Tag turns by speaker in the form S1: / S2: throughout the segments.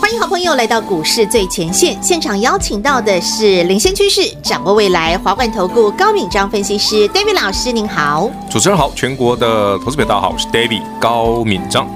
S1: 欢迎好朋友来到股市最前线，现场邀请到的是领先趋势、掌握未来华冠投顾高敏章分析师 David 老师，您好。
S2: 主持人好，全国的投资朋友大家好，我是 David 高敏章。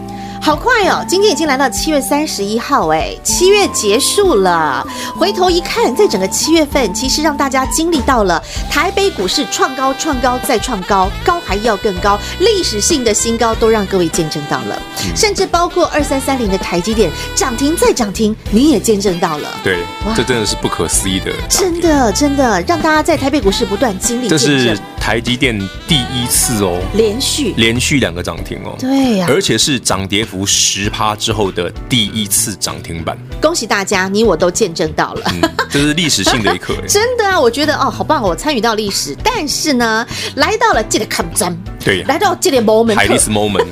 S1: 好快哦！今天已经来到七月三十一号，哎，七月结束了。回头一看，在整个七月份，其实让大家经历到了台北股市创高、创高再创高，高还要更高，历史性的新高都让各位见证到了，
S2: 嗯
S1: 甚至包括二三三零的台积电涨停再涨停，你也见证到了。
S2: 对
S1: 哇，
S2: 这真的是不可思议的涨
S1: 真
S2: 跌，
S1: 的，真的让大家在台北股市不断经历
S2: 这
S1: 见
S2: 是
S1: 证，
S2: 台积电第一次哦，
S1: 连续，
S2: 连续两个涨停哦，
S1: 对啊呀、
S2: 而且是涨跌幅十趴之后的第一次涨停 板，
S1: 恭喜大家，你我都见证到了。
S2: 嗯，这是历史性的一刻 哎。
S1: 真的啊，我觉得哦，好棒哦，我参与到历史，但是呢，来到了这个抗战，
S2: 对呀
S1: 来到这个 moment，
S2: 海利斯 moment，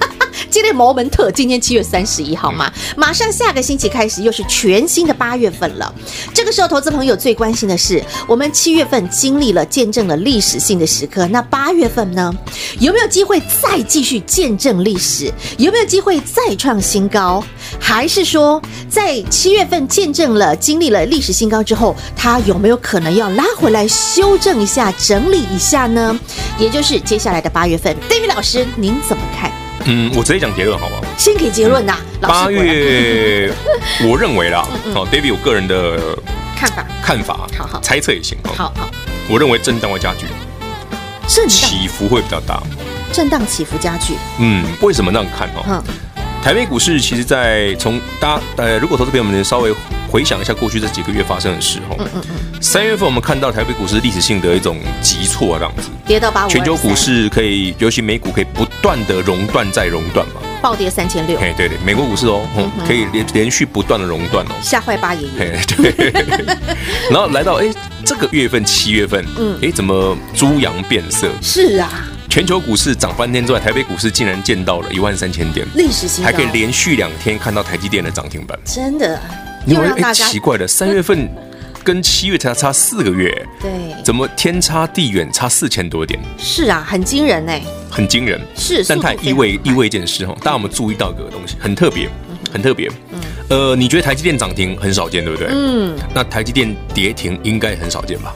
S1: 今天摩门特，今天七月三十一号嘛，马上下个星期开始又是全新的八月份了。这个时候，投资朋友最关心的是，我们七月份经历了见证了历史性的时刻，那八月份呢，有没有机会再继续见证历史？有没有机会再创新高？还是说，在七月份见证了经历了历史新高之后，它有没有可能要拉回来修正一下、整理一下呢？也就是接下来的八月份，David 老师，您怎么看？
S2: 嗯，我直接讲结论好不好？
S1: 先给结论呐、老师
S2: 八
S1: 果然
S2: 月，我认为啦，哦，David 我个人的
S1: 看法，
S2: 看法，
S1: 嗯好好
S2: 猜测也行哦。
S1: 好好，
S2: 我认为震荡会加剧，
S1: 震荡
S2: 起伏会比较大。
S1: 震荡起伏加剧，
S2: 嗯，为什么那样看哦？
S1: 嗯，
S2: 台北股市其实，在从大家呃，如果投资朋友们能稍微回想一下过去这几个月发生的事哦，三月份我们看到台北股市历史性的一种急挫这样子，
S1: 跌到八五，
S2: 全球股市可以，尤其美股可以不断的熔断再熔断嘛，
S1: 暴跌三千六，
S2: 嘿，对对，美国股市哦，哦可以连连续不断的熔断哦，
S1: 吓坏八爷爷，
S2: 嘿，对，然后来到哎这个月份七月份，
S1: 嗯
S2: 嗯，哎怎么猪羊变色？
S1: 是啊，
S2: 全球股市涨翻天之外，台北股市竟然见到了一万三千点，
S1: 历史新高，
S2: 还可以连续两天看到台积电的涨停板。
S1: 真的，
S2: 你
S1: 又
S2: 会
S1: 让
S2: 哎，
S1: 大家
S2: 奇怪的，三月份跟七月才差四个月，
S1: 对，
S2: 怎么天差地远，差四千多点，
S1: 是啊，很惊人哎，
S2: 很惊人。
S1: 是，
S2: 但
S1: 速度
S2: 它也
S1: 非
S2: 意
S1: 常
S2: 味
S1: 快嗯
S2: 意味一件事哦，大家有没有注意到一个东西，很特别，很特别。呃，你觉得台积电涨停很少见，对不对？
S1: 嗯，
S2: 那台积电跌停应该很少见吧？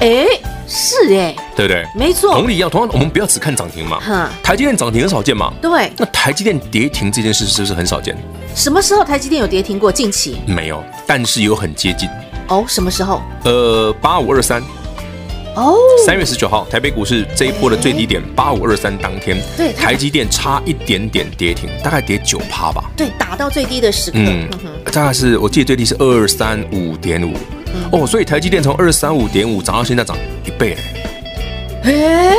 S1: 哎，是哎，
S2: 对不对？
S1: 没错
S2: 同，理一样，同样我们不要只看涨停嘛
S1: 哼，
S2: 台积电涨停很少见嘛。
S1: 对，
S2: 那台积电跌停这件事是不是很少见？
S1: 什么时候台积电有跌停过？近期
S2: 没有，但是有很接近。
S1: 哦，什么时候？
S2: 呃，八五二三，
S1: 哦，
S2: 三月十九号，台北股市这一波的最低点八五二三当天，
S1: 对它
S2: 台积电差一点点跌停，大概跌九趴吧。
S1: 对，打到最低的时刻，
S2: 嗯
S1: 嗯嗯哼，
S2: 大概是我记得最低是二三五点五。哦，所以台积电从二三五点五涨到现在涨一倍嘞，
S1: 哎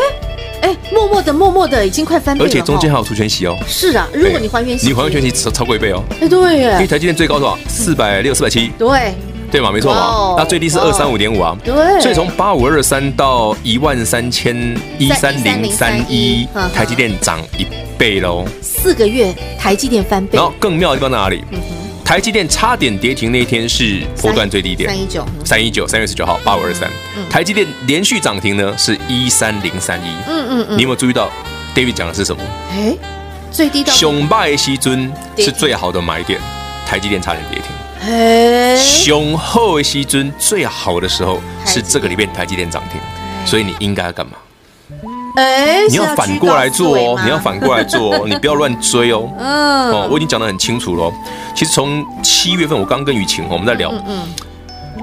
S1: 哎，默默的，默默的，已经快翻倍
S2: 而
S1: 了哦，
S2: 且中间还有除权息哦。哎
S1: 是啊，如果你还原息，
S2: 你还原权息超超过一倍哦，
S1: 哎，对
S2: 因为
S1: 耶，
S2: 台积电最高多少？四百六、四百七，
S1: 对
S2: 对嘛？没错
S1: 哇哦
S2: 嘛。那最低是
S1: 哇哦
S2: 二三五点五啊。
S1: 对，
S2: 所以从八五二三到一万三千一三零三一
S1: 嗯哼，
S2: 台积电涨一倍喽。
S1: 四个月台积电翻倍，
S2: 然后更妙的地方在哪里？
S1: 嗯
S2: 台积电差点跌停那一天是波段最低点
S1: 三，一九，嗯
S2: 三一九，三月十九号，八五二三。台积电连续涨停呢是一三零三一。
S1: 嗯嗯嗯，
S2: 你有没有注意到 David 讲的是什么？
S1: 哎，最低到
S2: 熊拜西尊
S1: 跌停
S2: 是最好的买点，台积电差点跌停。
S1: 哎，
S2: 熊后西尊最好的时候
S1: 台积
S2: 是
S1: 电
S2: 这个里面台积电涨停，所以你应该要干嘛？
S1: 哎，
S2: 你要反过来做哦，你要，反过来做哦，你不要乱追 哦。
S1: 嗯，
S2: 哦，我已经讲得很清楚了哦。其实从七月份，我刚跟雨晴哦我们在聊，
S1: 嗯，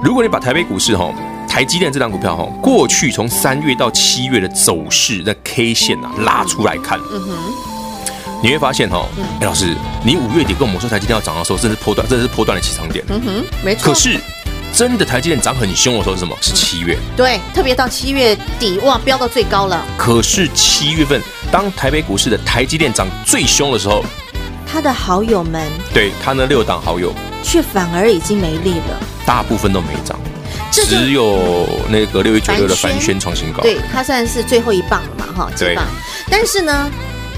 S2: 如果你把台北股市哈、台积电这档股票哈、哦过去从三月到七月的走势的 K 线
S1: 嗯
S2: 啊拉出来看，你会发现哈、哎、老师，你五月底跟我们说台积电要涨的时候，这是波段，这是波段的起涨点。
S1: 嗯哼，没错，
S2: 可是真的台积电涨很凶的时候是什么？
S1: 嗯
S2: 是七月。
S1: 对，特别到七月底，哇，飙到最高了，
S2: 可是七月份，当台北股市的台积电涨最凶的时候，
S1: 他的好友们
S2: 对它呢六档好友
S1: 却反而已经没力了，
S2: 大部分都没涨，
S1: 这就
S2: 只有那个六一九六的
S1: 凡
S2: 凡
S1: 轩
S2: 轩创新高。
S1: 对，他算是最后一棒了嘛，哈，这
S2: 对
S1: 棒，但是呢。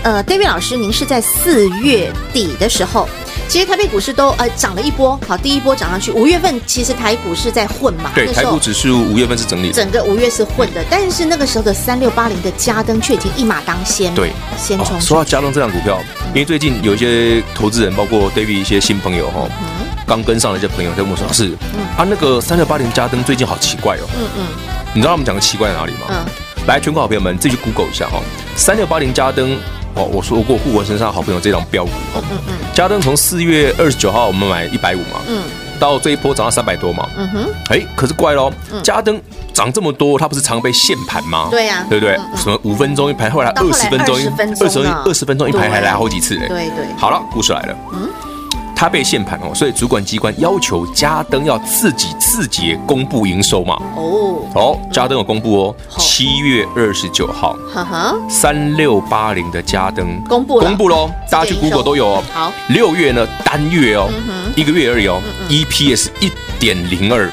S1: 呃，David 老师，您是在四月底的时候，其实台北股市都呃涨了一波，好，第一波涨上去，五月份其实台股是在混嘛，
S2: 对，
S1: 那
S2: 台
S1: 时候
S2: 股指数五月份是整理的，
S1: 整个五月是混的，但是那个时候的三六八零的加登却已经一马当先，
S2: 对
S1: 先
S2: 哦
S1: 冲、
S2: 说到嘉登这档股票，因为最近有一些投资人，包括 David 一些新朋友哈，
S1: 嗯
S2: 刚跟上的一些朋友在问我说，老师，他那个三六八零加登最近好奇怪哦，
S1: 嗯嗯
S2: 你知道他们讲的奇怪在哪里吗？
S1: 嗯，
S2: 来，全国好朋友们自己去 Google 一下哈，三六八零加登。哦，我说过护国神山好朋友这张标股哦，
S1: 嗯
S2: 加登从四月二十九号我们买一百五嘛，
S1: 嗯
S2: 到这一波涨到三百多嘛，
S1: 嗯哼，
S2: 哎，可是怪喽，加登涨这么多，它不是常被限盘吗？
S1: 嗯对呀
S2: 对不对
S1: 嗯？嗯
S2: 什么五分钟一盘，后来
S1: 到后
S2: 二
S1: 来
S2: 十分钟一
S1: 20分钟
S2: 20
S1: 呢
S2: 二十分钟一盘，还
S1: 对啊
S2: 来好几次哎。
S1: 对对，
S2: 好了，故事来了，嗯，它被限盘哦，所以主管机关要求加登要自己自己公布营收嘛。
S1: 哦，
S2: 哦，加登有公布哦，
S1: 好
S2: 七月二十九号，
S1: 呵呵，
S2: 三六八零的加登
S1: 公布了
S2: 公布喽，大家去
S1: 自己营收
S2: Google 都有哦。
S1: 好，
S2: 六月呢，单月哦
S1: 嗯，哼嗯
S2: 一个月而已哦，EPS 一点零二，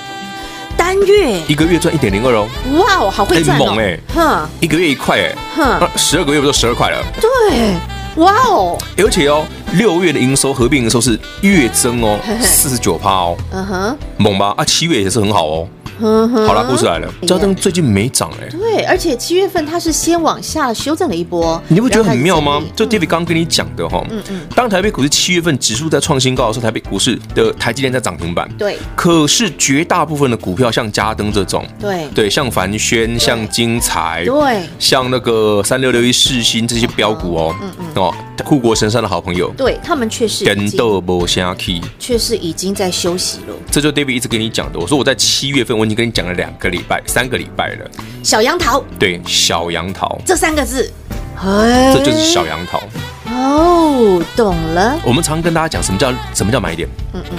S1: 单月，
S2: 一个月赚一点零二哦，
S1: 哇哦，好会赚
S2: 哎
S1: 哦
S2: 猛，哎
S1: 哼
S2: 一个月一块哎，
S1: 哼，
S2: 那十二个月不就十二块了？
S1: 对，哇哦，
S2: 而且哦，六月的营收合并营收是月增 哦
S1: 嘿，嘿
S2: 四十九趴哦，
S1: 嗯哼，
S2: 猛吧？啊，七月也是很好哦。
S1: 嗯哼，
S2: 好啦，故事来了，嘉登最近没涨哎，
S1: 对，而且七月份它是先往下修正了一波，
S2: 你不觉得很妙
S1: 然
S2: 吗
S1: 后它？
S2: 就
S1: 整理
S2: David 刚跟你讲的哈、哦，
S1: 嗯嗯，
S2: 当台北股市七月份指数在创新高的时候，台北股市的台积电在涨停板，
S1: 对
S2: 可是绝大部分的股票像嘉登这种，
S1: 对
S2: 对，像凡轩、像精彩，
S1: 对
S2: 像那个三六六一世新这些标股哦，
S1: 嗯嗯
S2: 哦，护国神山的好朋友，
S1: 对，他们确实已
S2: 跟
S1: 经
S2: 豆无声气，
S1: 确实已经在休息了。
S2: 这就 David 一直跟你讲的。我说我在七月份我已经跟你讲了两个礼拜、三个礼拜了。
S1: 小杨桃
S2: 对，小杨桃，
S1: 这三个字，哎
S2: 这就是小杨桃。
S1: 哦，懂了，
S2: 我们常跟大家讲什么叫什么叫买点，
S1: 嗯嗯，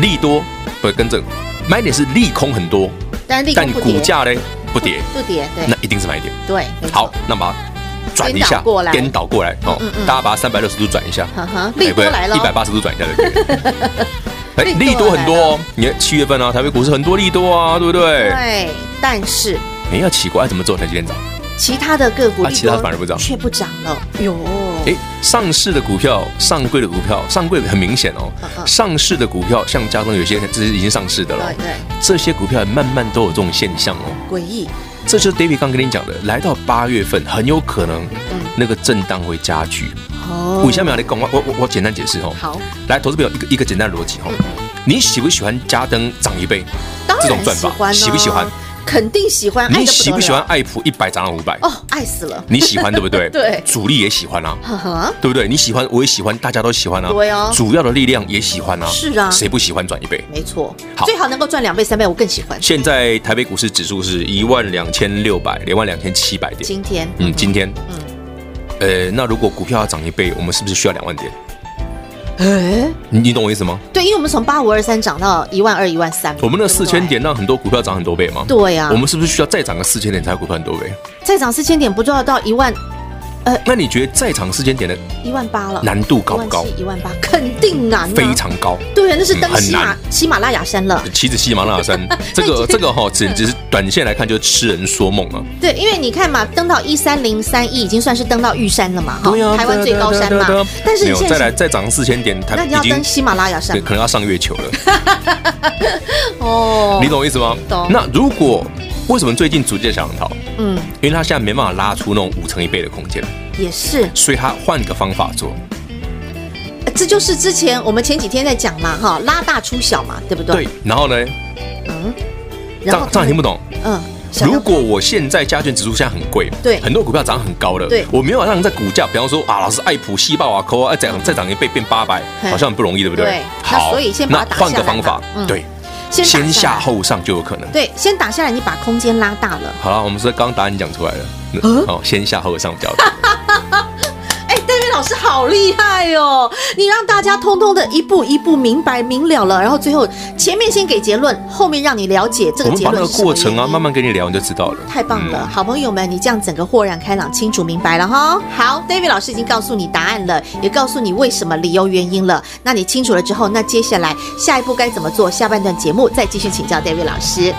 S2: 利多不是跟正，买点是利空很多，
S1: 但是立
S2: 但
S1: 功不
S2: 股
S1: 跌，
S2: 价呢不跌，
S1: 不跌，
S2: 那
S1: 对
S2: 一定是买点。
S1: 对，没错
S2: 好，，那把它转一下
S1: 颠倒过，来
S2: 颠倒过来哦
S1: 嗯嗯，
S2: 大家把它三百六十度转一下，
S1: 呵呵，利多来了
S2: 哎一百
S1: 哦，
S2: 八十度转一下就可以了。 哎，
S1: 利
S2: 利
S1: 多
S2: 多
S1: 来
S2: 很多哦！你看七月份啊，台北股市很多利多啊，对不对？
S1: 对，但是
S2: 哎要奇怪，怎么只有台积电涨？
S1: 其他的个股
S2: 啊
S1: 利
S2: 其他
S1: 多
S2: 反而不涨
S1: 却不涨了，哟，
S2: 哎，上市的股票、上柜的股票、上柜很明显哦
S1: 嗯。嗯
S2: 上市的股票，像家中有些这是已经上市的了哦
S1: 对，对，
S2: 这些股票慢慢都有这种现象哦。
S1: 诡异，
S2: 这就是 David 刚跟你讲的，来到八月份，很有可能
S1: 嗯
S2: 那个震荡会加剧。
S1: 哦
S2: 我下面来讲，我我我我简单解释哦。
S1: 好，
S2: 来，投资朋友一个一个简单的逻辑哦，你喜不喜欢嘉登涨一倍？
S1: 当
S2: 这
S1: 然
S2: 种赚
S1: 喜
S2: 法
S1: 欢、哦，
S2: 喜不喜欢？
S1: 肯定喜欢，爱
S2: 你
S1: 得
S2: 喜
S1: 得
S2: 不喜欢
S1: 了？
S2: 爱普一百涨到五 百？
S1: 哦，爱死了，
S2: 你喜欢对不对？
S1: 对
S2: 主力也喜欢啊，
S1: 呵呵，
S2: 对不对？你喜欢，我也喜欢，大家都喜欢啊。
S1: 对哦
S2: 主要的力量也喜欢啊。
S1: 是啊
S2: 谁不喜欢转一倍？
S1: 没错
S2: 好，
S1: 最好能够赚两倍三倍，我更喜欢。
S2: 现在台北股市指数是一万两千六百，两万两千七百点。
S1: 今天，
S2: 嗯，今天，
S1: 嗯
S2: 呃，那如果股票要涨一倍，我们是不是需要两万点？
S1: 哎，
S2: 你你懂我意思吗？
S1: 对，因为我们从八五二三涨到一万二一万三，
S2: 我们那
S1: 对不
S2: 四
S1: 对
S2: 千，点让很多股票涨很多倍吗？
S1: 对啊呀，
S2: 我们是不是需要再涨个四千点才有股票很多倍？
S1: 再涨四千点，不就要到一万
S2: 那你觉得再涨四千点的
S1: 一万八了？
S2: 难度高不高？
S1: 一万八，肯定难啊，
S2: 非常高。
S1: 对啊，那是
S2: 嗯
S1: 登
S2: 很
S1: 喜马
S2: 难
S1: 喜马拉雅山了。
S2: 棋子戏马拉 雅山，这个这个哈，简直是短线来看就是痴人说梦啊！
S1: 对，因为你看嘛，登到一三零三一，已经算是登到玉山了嘛，哈
S2: 对啊，
S1: 哦台湾最高山嘛
S2: 对啊对啊对啊对啊。
S1: 但是
S2: 没
S1: 你
S2: 有
S1: 现
S2: 再来
S1: 在，
S2: 再涨四千点，它
S1: 那你
S2: 已
S1: 要
S2: 经
S1: 登喜马拉雅山
S2: 可能要上月球 了，
S1: 哦。
S2: 你懂我意思吗？
S1: 懂
S2: 那如果为什么最近逐渐想逃？
S1: 嗯，
S2: 因为它现在没办法拉出那种五成一倍的空间，
S1: 也是，
S2: 所以它换个方法做。
S1: 呃这就是之前我们前几天在讲嘛，哈，拉大出小嘛，对不对？
S2: 对，然后呢？
S1: 嗯，
S2: 这样这样听不懂。
S1: 嗯，想
S2: 如
S1: 要
S2: 果我现在加权指数现在很贵，
S1: 对
S2: 很多股票涨很高的，
S1: 对
S2: 我没有让在股价，比方说啊，老师爱普、西爆啊、扣啊，再涨再涨一倍变八百，
S1: 嘿
S2: 好像很不容易，对不对？
S1: 对那
S2: 好，
S1: 所以先把它
S2: 那
S1: 打
S2: 换个
S1: 下来
S2: 方法
S1: 嘛，嗯
S2: 对，
S1: 先打
S2: 先
S1: 下
S2: 下
S1: 来
S2: 后上就有可能。
S1: 对，先打下来，你把空间拉大了。
S2: 好了，我们是刚答案讲出来了，那
S1: 嗯
S2: 哦，先下后上比较好。
S1: 哎，戴维老师好厉害哦！你让大家通通的一步一步明白明了了，然后最后前面先给结论，后面让你了解 这个
S2: 我们
S1: 结
S2: 把
S1: 论
S2: 那个
S1: 是什么
S2: 过程啊，
S1: 原因
S2: 慢慢跟你聊，你就知道了。
S1: 太棒了，
S2: 嗯
S1: 好朋友们，你这样整个豁然开朗、清楚明白了哈。好，David 老师已经告诉你答案了，也告诉你为什么、理由、原因了。那你清楚了之后，那接下来下一步该怎么做？下半段节目再继续请教 David 老师。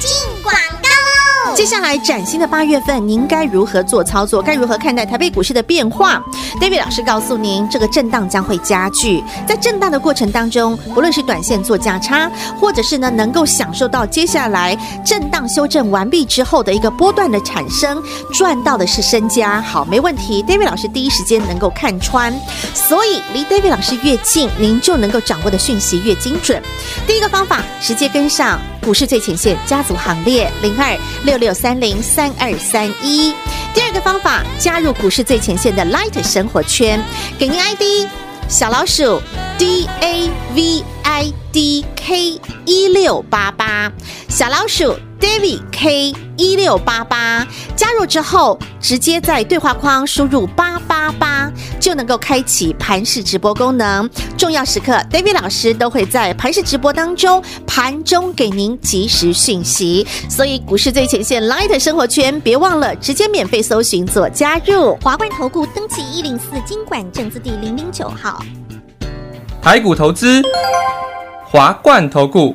S3: 进广告喽！
S1: 接下来崭新的八月份，您该如何做操作？该如何看待台北股市的变化？David 老师告诉您，这个震荡将会加剧，在震荡的过程当中，不论是短线做价差，或者是呢能够享受到接下来震荡修正完毕之后的一个波段的产生，赚到的是身家。好，没问题，David 老师第一时间能够看穿，所以离 David 老师越近，您就能够掌握的讯息越精准。第一个方法，直接跟上股市最前线家族行列零二六六三零三二三一。第二个方法，加入股市最前线的 Light 生活圈，给您 ID 小老鼠 D A V I D K 一六八八，小老鼠 David K 一六八八。加入之后，直接在对话框输入八八八，就能够开启盘式直播功能。重要时刻，David 老师都会在盘式直播当中盘中给您及时讯息。所以，股市最前线 Light 生活圈，别忘了直接免费搜寻做加入。
S4: 华冠投顾登记一零四经管证字第零零九号。
S5: 台股投资，华冠投顾。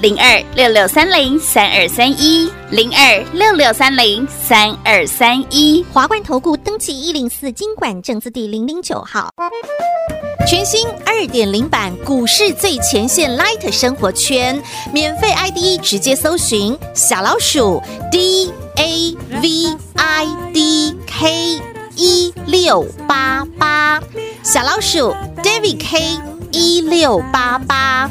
S6: 零二六六三零三二三一零二六六三零三二三一。
S4: 华冠投顾登记一零四经管证字第零零九号。
S1: 全新二点零版股市最前线 Light 生活圈，免费 ID 直接搜寻小老鼠 D A V I D K 一六八八，小老鼠 David K 一六八八。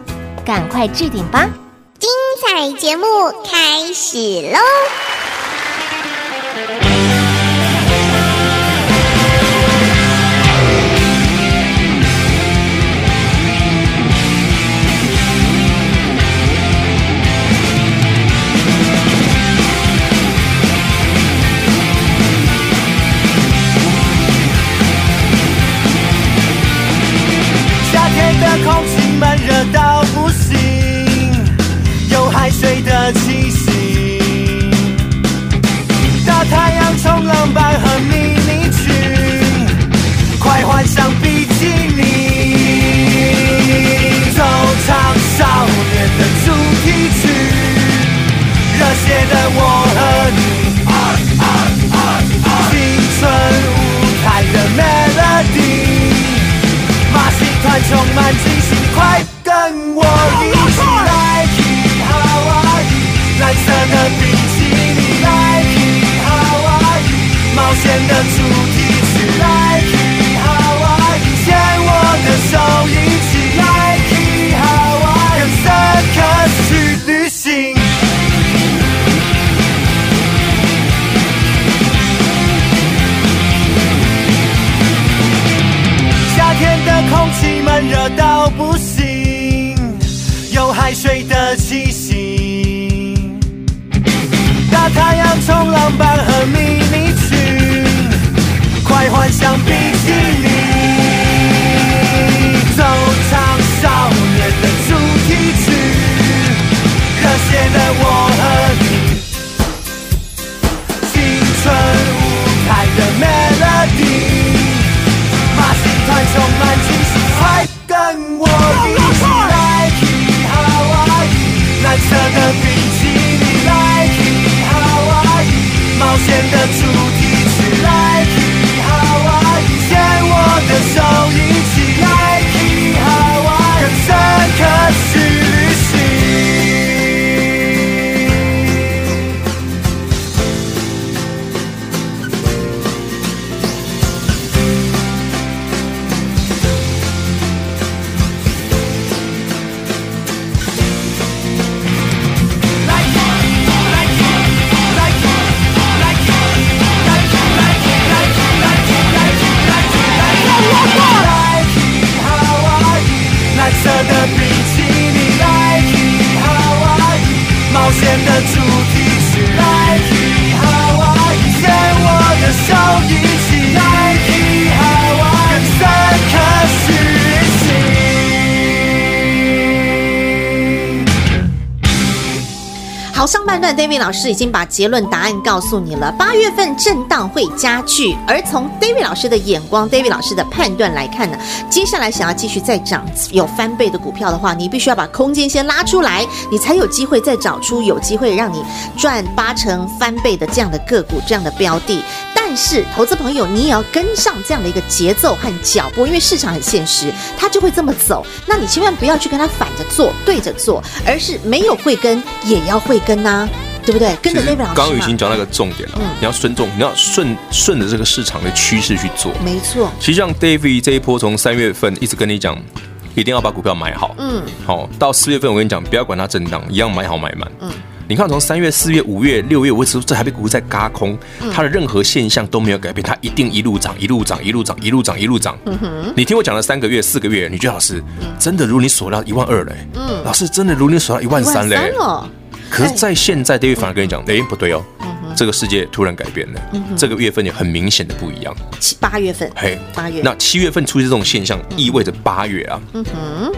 S4: 赶快置顶吧！
S7: 彩节目开始喽！
S8: 夏天的空气闷热到不行，有海水的气息。大太阳冲浪板和迷你裙，快换上比基尼。奏唱少年的主题曲，热血的我和你，青春舞台的 melody。马戏团充满惊喜，快跟我一起来去夏威夷，蓝色的比基尼来去夏威夷，冒险的主题曲来去夏威夷，牵我的手一起来去夏威夷，跟 circus 去旅行。夏天的空气闷热到不行，有海水的气息。大太阳冲浪板和迷你裙，快换上比基尼。奏唱少年的主题曲，热血的我和你，青春舞台的 melody。马戏团充满惊喜，快跟我一起来去夏威的主题曲，Like Hawaii，牵我的手一起，Like Hawaii，更深刻去旅行。蓝色的比基尼，Nike Hawaii，冒险的主题曲，Nike Hawaii，牵我的手一起，Nike Hawaii，更深刻去旅行。
S9: 好，上半段 David 老师已经把结论答案告诉你了。八月份震荡会加剧，而从 David 老师的眼光、David 老师的判断来看呢，接下来想要继续再涨有翻倍的股票的话，你必须要把空间先拉出来，你才有机会再找出有机会让你赚八成翻倍的这样的个股、这样的标的。但是，投资朋友，你也要跟上这样的一个节奏和脚步，因为市场很现实，它就会这么走。那你千万不要去跟它反着做、对着做，而是没有慧根也要慧根呐、对不对？跟着
S2: 其实
S9: David 老师嘛
S2: 刚刚雨欣讲那个重点了、
S1: 嗯
S2: 你要尊重，你要顺顺着这个市场的趋势去做。
S9: 没错，
S2: 其实像 David 这一波从三月份一直跟你讲，一定要把股票买好，
S9: 嗯，
S2: 好、到四月份我跟你讲，不要管它震荡，一样买好买满，嗯。你看，从三月、四月、五月、六月，我一直说这台北股市在嘎空，它的任何现象都没有改变，它一定一路涨、一路涨、一路涨、一路涨、一路涨。你听我讲了三个月、四个月，你觉得老师真的如你所料一万二嘞？嗯，老师真的如你所料一万三嘞？
S9: 哦，
S2: 可是，在现在，David 反而跟你讲，哎、不对哦，这个世界突然改变了，这个月份也很明显的不一样。
S9: 七八月份，
S2: 嘿，
S9: 八月
S2: 那七月份出现这种现象，意味着八月啊，嗯哼，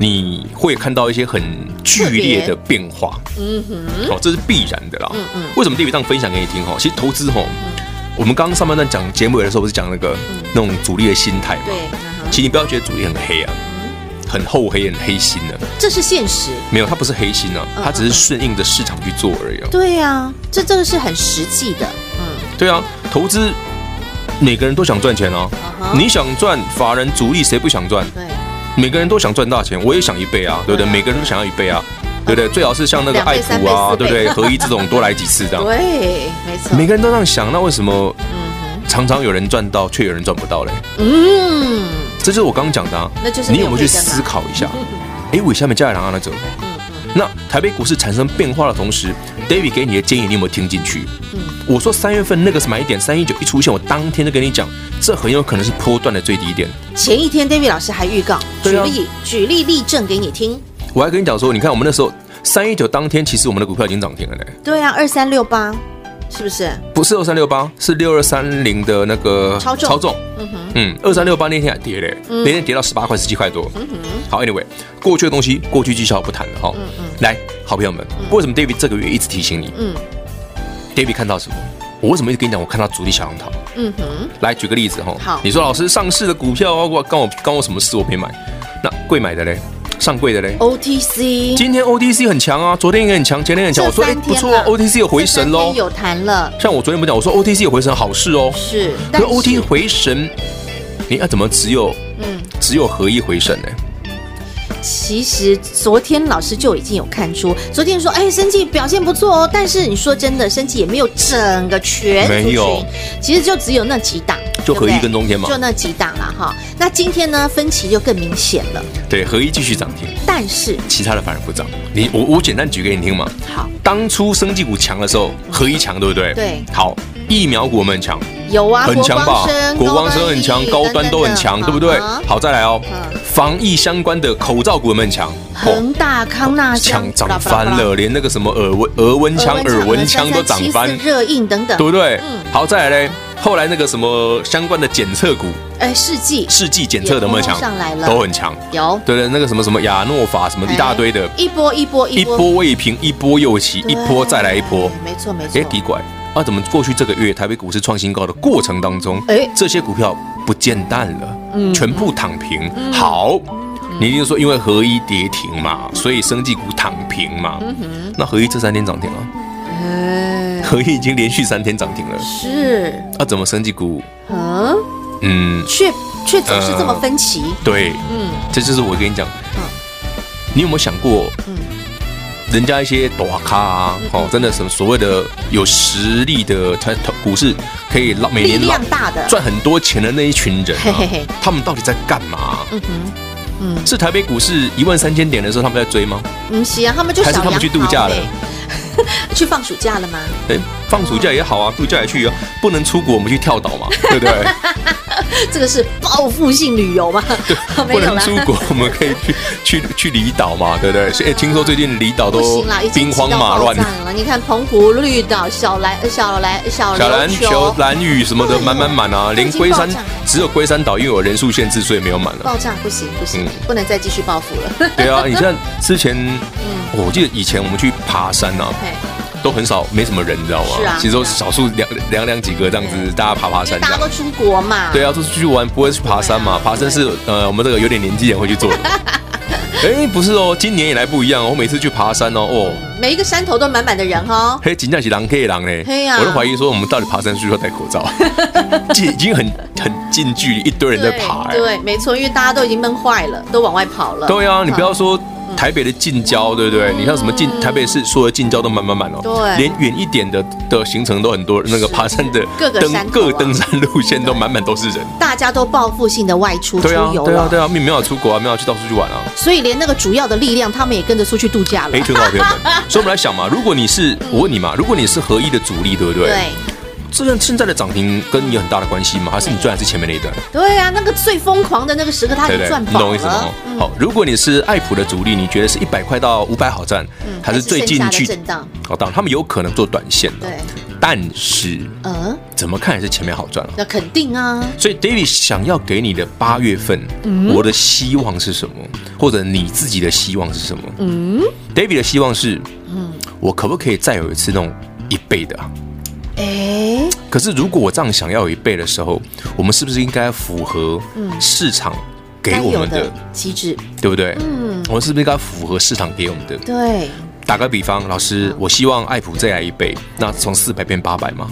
S2: 你会看到一些很剧烈的变化，嗯哼，哦，这是必然的啦。嗯嗯，为什么 David 这样分享给你听？哈，其实投资哈，我们刚刚上半段讲节目尾的时候，不是讲那个那种主力的心态嘛？
S9: 对，嗯哼
S2: 其实你不要觉得主力很黑啊，很厚黑、很黑心的，
S9: 这是现实。
S2: 没有，它不是黑心啊，它只是顺应着市场去做而已啊。
S9: 对呀、这这个是很实际的。
S2: 对啊，投资每个人都想赚钱啊。
S9: 嗯
S2: 你啊想赚法人主力，谁不想赚？
S9: 对，
S2: 每个人都想赚大钱，我也想一倍啊，对不对？每个人都想要一倍啊，对不对？最好是像那个
S9: 两倍
S2: 爱普啊，
S9: 三倍四倍
S2: 对不对？合一这种多来几次这 样。
S9: 对，没错。
S2: 每个人都这样想，那为什么常常有人赚到，却有人赚不到嘞？
S9: 嗯，
S2: 这就是我刚刚讲的、啊。
S9: 那就是
S2: 你
S9: 没有
S2: 有没有去
S9: 慧根啊
S2: 思考一下？ 哎，我下面加来拿那
S9: 嗯
S2: 走。那台北股市产生变化的同时，David 给你的建议，你有没有听进去？
S9: 嗯
S2: 我说三月份那个是买点三一九一出现，我当天就跟你讲，这很有可能是波段的最低点。
S9: 前一天 David 老师还预告，举
S2: 对啊
S9: 例、举例例证给你听。
S2: 我还跟你讲说，你看我们那时候三一九当天，其实我们的股票已经涨停了嘞，
S9: 对啊，二三六八，是不是？
S2: 不是二三六八，是六二三零的那个
S9: 超重嗯
S2: 嗯二三六八那天还跌嘞，那天跌到十八块十七块多。好，anyway，过去的东西过去绩效不谈了哈。
S9: 嗯
S2: 来，好朋友们，为什么 David 这个月一直提醒你？
S9: 嗯
S2: David 看到什么？我为什么一直跟你讲？我看到主力小红桃。
S9: 嗯哼，
S2: 来举个例子哈，
S9: 好
S2: 你说老师上市的股票啊，我干我干我什么事？我没买，那贵买的嘞，上柜的嘞。
S9: 哦，OTC
S2: 今天 OTC 很强啊，昨天也很强，前天也很强。
S9: 这
S2: 我说哎、
S9: 三
S2: 不
S9: 天
S2: 错
S9: 了
S2: 啊，OTC 有回神
S9: 这三
S2: 喽
S9: 天。有谈了，
S2: 像我昨天不讲，我说 OTC 有回神，好事哦。
S9: 是，
S2: 可
S9: 但
S2: 是
S9: 是
S2: OT 回神，你啊要、怎么只有
S9: 嗯，
S2: 只有合一回神呢？
S9: 其实昨天老师就已经有看出，昨天说，哎，生气表现不错哦，但是你说真的，生气也没有整个全族群
S2: 没有，
S9: 其实就只有那几档，
S2: 就合一
S9: 对不对
S2: 跟中天嘛
S9: 就那几档了哈。那今天呢，分歧就更明显了，
S2: 对，合一继续涨停，
S9: 但是
S2: 其他的反而不涨。你我我简单举给你听嘛。
S9: 好
S2: 当初生技股强的时候，合一强，对不对？
S9: 对
S2: 好，疫苗股我们很强，
S9: 有啊，
S2: 很强吧？
S9: 国
S2: 国
S9: 光
S2: 光
S9: 生
S2: 生很强，高端都很强，对不对？好，再来哦
S9: 啊嗯，
S2: 防疫相关的口罩股我们很强，
S9: 恒大、康纳
S2: 强
S9: 香
S2: 涨哦翻，了，连那个什么耳温耳温枪、耳
S9: 文
S2: 温枪都涨翻，
S9: 热映等等
S2: 对，不对
S9: 嗯？
S2: 好，再来嘞，后来那个什么相关的检测股，
S9: 哎，世纪
S2: 试剂检测的有没有强
S9: 嗯也通通上来了？
S2: 都很强，
S9: 有
S2: 对对，那个什么什么亚诺法什么一大堆的
S9: 哎，一波一波
S2: 一波未平，一波又起，一波再来一波。
S9: 对没错没错
S2: 哎，，底拐啊，怎么过去这个月台北股市创新高的过程当中，
S9: 哎嗯
S2: 这些股票不见淡了，全部躺平。好，你一定说因为合一跌
S9: 嗯
S2: 停嘛，所以生技股躺平嘛。那合一这三天涨停了，合一已经连续三天涨停了，
S9: 是，
S2: 啊，怎么升绩股？
S9: 嗯，
S2: 嗯，
S9: 却却总是这么分歧，
S2: 对，
S9: 嗯，
S2: 这就是我跟你讲，你有没有想过，
S9: 嗯
S2: 人家一些大咖啊，哦，真的什么所谓的有实力的，他他股市可以拉每
S9: 力
S2: 年拉
S9: 量大的，
S2: 赚很多钱的那一群人
S9: 嘿
S2: 啊
S9: 嘿嘿，
S2: 他们到底在干嘛？
S9: 嗯哼，嗯
S2: 是台北股市一万三千点的时候，他们在追吗？
S9: 嗯，是啊，他们就小
S2: 还是他们
S9: 羊
S2: 去度假
S9: 毛
S2: 了
S9: 呗 去放暑假了吗？
S2: 哎，放暑假也好啊，度假也去啊，不能出国，我们去跳岛嘛， 对不对？
S9: 这个是报复性旅游吗？没
S2: 不
S9: 有
S2: 能
S9: 啦，
S2: 出国，我们可以去去去离岛嘛，对不对？所以哎听说最近离岛
S9: 不
S2: 都
S9: 行啦，已经
S2: 兵
S9: 急到
S2: 荒马
S9: 爆
S2: 乱啊
S9: 炸，了。你看澎湖、绿岛、小蓝、呃小蓝、小
S2: 小篮
S9: 琉
S2: 球
S9: 球、
S2: 蓝雨什么的
S9: 哎呦
S2: 满满满啊，
S9: 都已
S2: 连
S9: 经
S2: 龟山
S9: 爆炸了
S2: 只有龟山岛因为有人数限制，所以没有满 了。
S9: 爆炸，不行不行
S2: 嗯，
S9: 不能再继续报复 了。
S2: 对啊，你像之前，
S9: 嗯
S2: 哦我记得以前我们去爬山啊，
S9: 嘿
S2: 都很少，没什么人，你知道吗
S9: 嗯是啊？
S2: 其实都是少数两两两几个这样子，大家爬爬
S9: 因为
S2: 山
S9: 大
S2: 这样
S9: 家都。出国嘛，
S2: 对啊，都是去玩，不会去爬山嘛。
S9: 对啊
S2: 爬山是呃，我们这个有点年纪人会去做的。 哎，不是哦，今年以来不一样哦。我每次去爬山哦，哦，
S9: 每一个山头都满满的人哦。
S2: 嘿，真正是狼 K 狼嘞
S9: 嘿呀！
S2: 我都怀疑说，我们到底爬山需不需要戴口罩？ 这已经很很近距离，一堆人在爬哎。
S9: 对，没错，因为大家都已经闷坏了，都往外跑了。
S2: 对啊，你不要说台北的近郊，对不对？你像什么近台北市所有的近郊都满满满哦，
S9: 对
S2: 连远一点的的行程都很多，那个爬山的
S9: 各个山
S2: 登
S9: 头啊
S2: 各登山路线都满满都是人。
S9: 大家都报复性的外出出
S2: 对啊，
S9: 游
S2: 对啊，
S9: 了，
S2: 对啊，没没有出国啊，没有去到处去 玩啊。
S9: 所以连那个主要的力量，他们也跟着出去度假了
S2: 哎，。全国好朋友们，所以我们来想嘛，如果你是我问你嘛，如果你是合一的主力，对不对？
S9: 对
S2: 这样现在的涨停跟你有很大的关系吗？还是你赚的是前面那一段？
S9: 对啊，那个最疯狂的那个时刻，他
S2: 对
S9: 已
S2: 不对
S9: 经赚？
S2: 你
S9: 饱
S2: 懂我意思吗
S9: 了。？嗯
S2: 好，如果你是爱普的主力，你觉得是一百块到五百好赚，还是最近
S9: 嗯还是
S2: 去
S9: 剩下的震荡？
S2: 好，哦当然他们有可能做短线的
S9: 对，
S2: 但是
S9: 嗯，
S2: 怎么看也是前面好赚了。
S9: 那肯定啊，
S2: 所以 David 想要给你的八月份，
S9: 嗯
S2: 我的希望是什么，或者你自己的希望是什么？
S9: 嗯
S2: David 的希望是，我可不可以再有一次那种一倍的、啊？
S9: 哎，
S2: 可是如果我这样想要有一倍的时候，我们是不是应该符合市场给
S9: 嗯哎该
S2: 我
S9: 有
S2: 们的，
S9: 的机制，
S2: 对不对？
S9: 嗯
S2: 我们是不是应该符合市场给我们的？
S9: 对，
S2: 打个比方，老师，我希望爱普再来一倍，那从四百变八百 吗？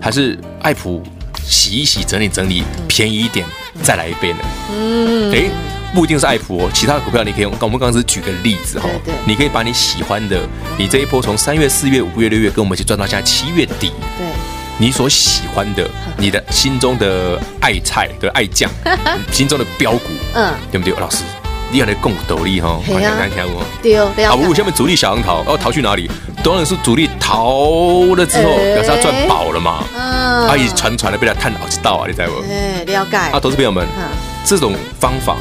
S2: 还是爱普洗一洗、整理整理，便宜一点再来一倍呢？嗯，诶，不一定是爱普哦，其他的股票你可以用。我们刚刚只是举个例子哈、哦，
S9: 对对
S2: 你可以把你喜欢的，你这一波从三月、四月、五月、六月跟我们一起赚到现在七月底，
S9: 对，
S2: 你所喜欢的，你的心中的爱菜对爱 酱，心中的标股，
S9: 嗯，
S2: 对不对？哦老师，你要来共斗力哦哈，
S9: 嘿啊
S2: 看看我。
S9: 对哦，对
S2: 啊，
S9: 啊，
S2: 我下面主力小杨逃，哦，逃去哪里？当然是主力逃了之后，
S9: 哎
S2: 表示他赚饱了嘛。
S9: 嗯，
S2: 阿姨传传的被他探好几道啊，你知道不？
S9: 哎，了解，
S2: 啊，投资朋友们
S9: 嗯，
S2: 这种方法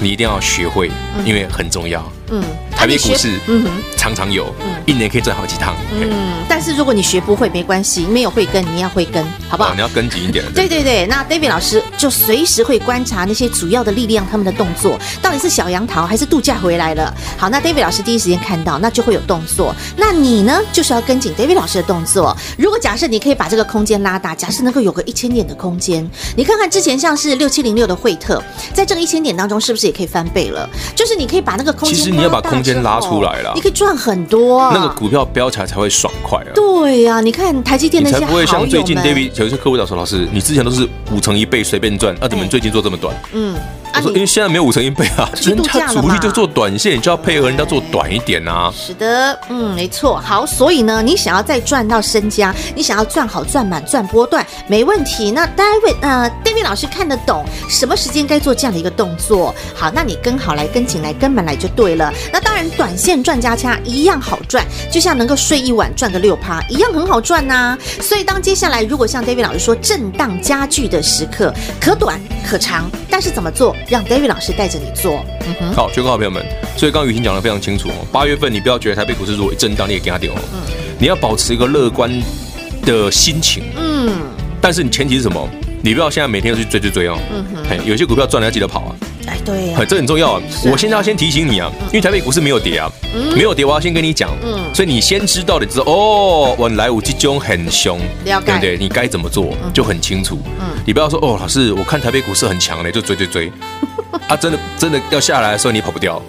S2: 你一定要学会，因为很重要。
S9: 嗯，
S2: 台北
S9: 啊
S2: 股，市
S9: 你学嗯哼
S2: 常常有，一年可以赚好几趟。嘿
S9: 嗯，但是如果你学不会没关系，没有会跟，你要会跟，好不
S2: 哦
S9: 好
S2: 你？要跟紧一点。
S9: 对对对，那 David 老师就随时会观察那些主要的力量他们的动作，到底是小杨桃还是度假回来了。好，那 David 老师第一时间看到，那就会有动作。那你呢，就是要跟紧 David 老师的动作。如果假设你可以把这个空间拉大，假设能够有个一千点的空间，你看看之前像是六七零六的惠特，在这个一千点当中是不是也可以翻倍了？就是你可以把那个空间
S2: 其实你要把
S9: 大
S2: 空间
S9: 之
S2: 拉
S9: 后
S2: 出来啦
S9: 你可以赚很多啊。
S2: 那个股票飙起来才会爽快啊。
S9: 对呀、你看台积电
S2: 你才
S9: 那些
S2: 不会
S9: 好
S2: 像
S9: 友
S2: 最近
S9: 们嗯
S2: David 有一些客户讲说，老师，你之前都是五成一倍随便赚，那
S9: 哎
S2: 怎么最近做这么短？
S9: 嗯，啊
S2: 我说，因
S9: 你
S2: 为现在没有五成一倍啊，
S9: 去
S2: 人
S9: 度
S2: 家
S9: 假了嘛
S2: 主力就做短线，你就要配合人家做短一点啊。
S9: 是的，嗯，没错。好，所以呢，你想要再赚到身家，你想要赚好、赚满、赚波段，没问题。那 David，呃，David 老师看得懂什么时间该做这样的一个动作。好，那你跟好来、跟紧来、跟满来就对了。那当然，短线赚价差一样好赚，就像能够睡一晚赚个六趴，一样很好赚呐、所以当接下来如果像 David 老师说震荡加剧的时刻，可短可长，但是怎么做，让 David 老师带着你做。嗯哼，
S2: 好，全国好朋友们，所以刚刚雨欣讲的非常清楚哦，八月份你不要觉得台北股市如果一震荡，你也给它丢哦，你要保持一个乐观的心情，
S9: 嗯，
S2: 但是你前提是什么？你不要现在每天都去追追追哦，
S9: 嗯
S2: 嘿，有些股票赚了要记得跑啊，
S9: 哎，对呀、
S2: 嘿这很重要啊。我现在要先提醒你啊，因为台北股市没有跌啊，没有跌，我要先跟你讲，
S9: 嗯
S2: 所以你先知道的，知道哦，我来五季中很凶，对
S9: 了解嗯
S2: 不对？你该怎么做就很清楚，你不要说哦，老师，我看台北股市很强嘞，就追追
S9: 嗯
S2: 追，啊，真的真的要下来的时候你跑不掉，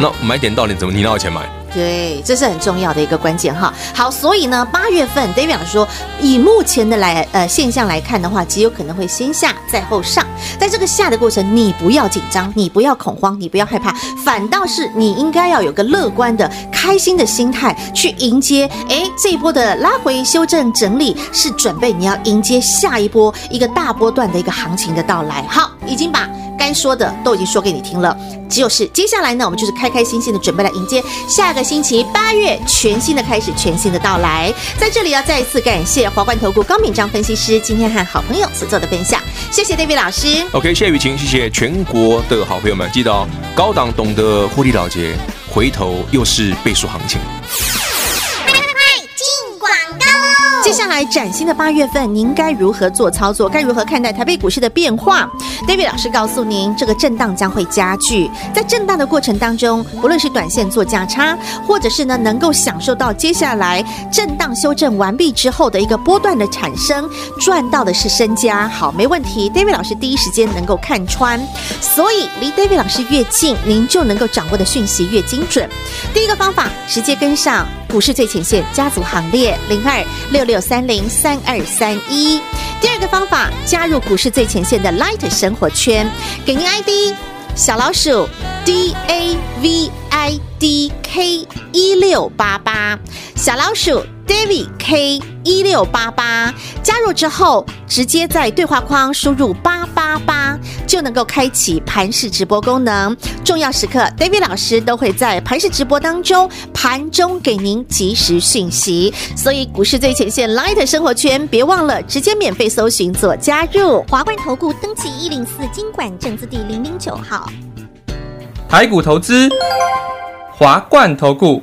S2: 那买点到你怎么你哪有钱买？
S9: 对，这是很重要的一个关键哈。好，所以呢，八月份 David 老师说，以目前的来呃现象来看的话，极有可能会先下再后上。在这个下的过程，你不要紧张，你不要恐慌，你不要害怕，反倒是你应该要有个乐观的、开心的心态去迎接。哎，这一波的拉回修正整理是准备你要迎接下一波一个大波段的一个行情的到来。好，已经把该说的都已经说给你听了，只有是接下来呢，我们就是开开心心的准备来迎接下个星期八月全新的开始，全新的到来。在这里要再一次感谢华冠投顾高敏章分析师今天和好朋友所做的分享，谢谢 David 老师。
S2: OK，谢谢雨晴，谢谢全国的好朋友们，记得哦，高档懂得获利了结，回头又是倍数行情。
S10: 进广告喽！
S9: 接下来崭新的八月份，您该如何做操作？该如何看待台北股市的变化？David 老师告诉您，这个震荡将会加剧。在震荡的过程当中，不论是短线做价差，或者是呢能够享受到接下来震荡修正完毕之后的一个波段的产生，赚到的是身家。好，没问题，David 老师第一时间能够看穿，所以离 David 老师越近，您就能够掌握的讯息越精准。第一个方法，直接跟上股市最前线家族行列零二六六三零三二三一。第二个方法，加入股市最前线的 Light 生活圈，给您 ID 小老鼠 D A V I D K 一六八八，小老鼠 David K 一六八八。加入之后，直接在对话框输入八八八，就能够开启盘式直播功能。重要时刻，David 老师都会在盘式直播当中盘中给您及时讯息。所以，股市最前线 Light 生活圈，别忘了直接免费搜寻做加入。
S10: 华冠投顾登记一零四经管证字第零零九号。
S5: 台股投资，华冠投顾。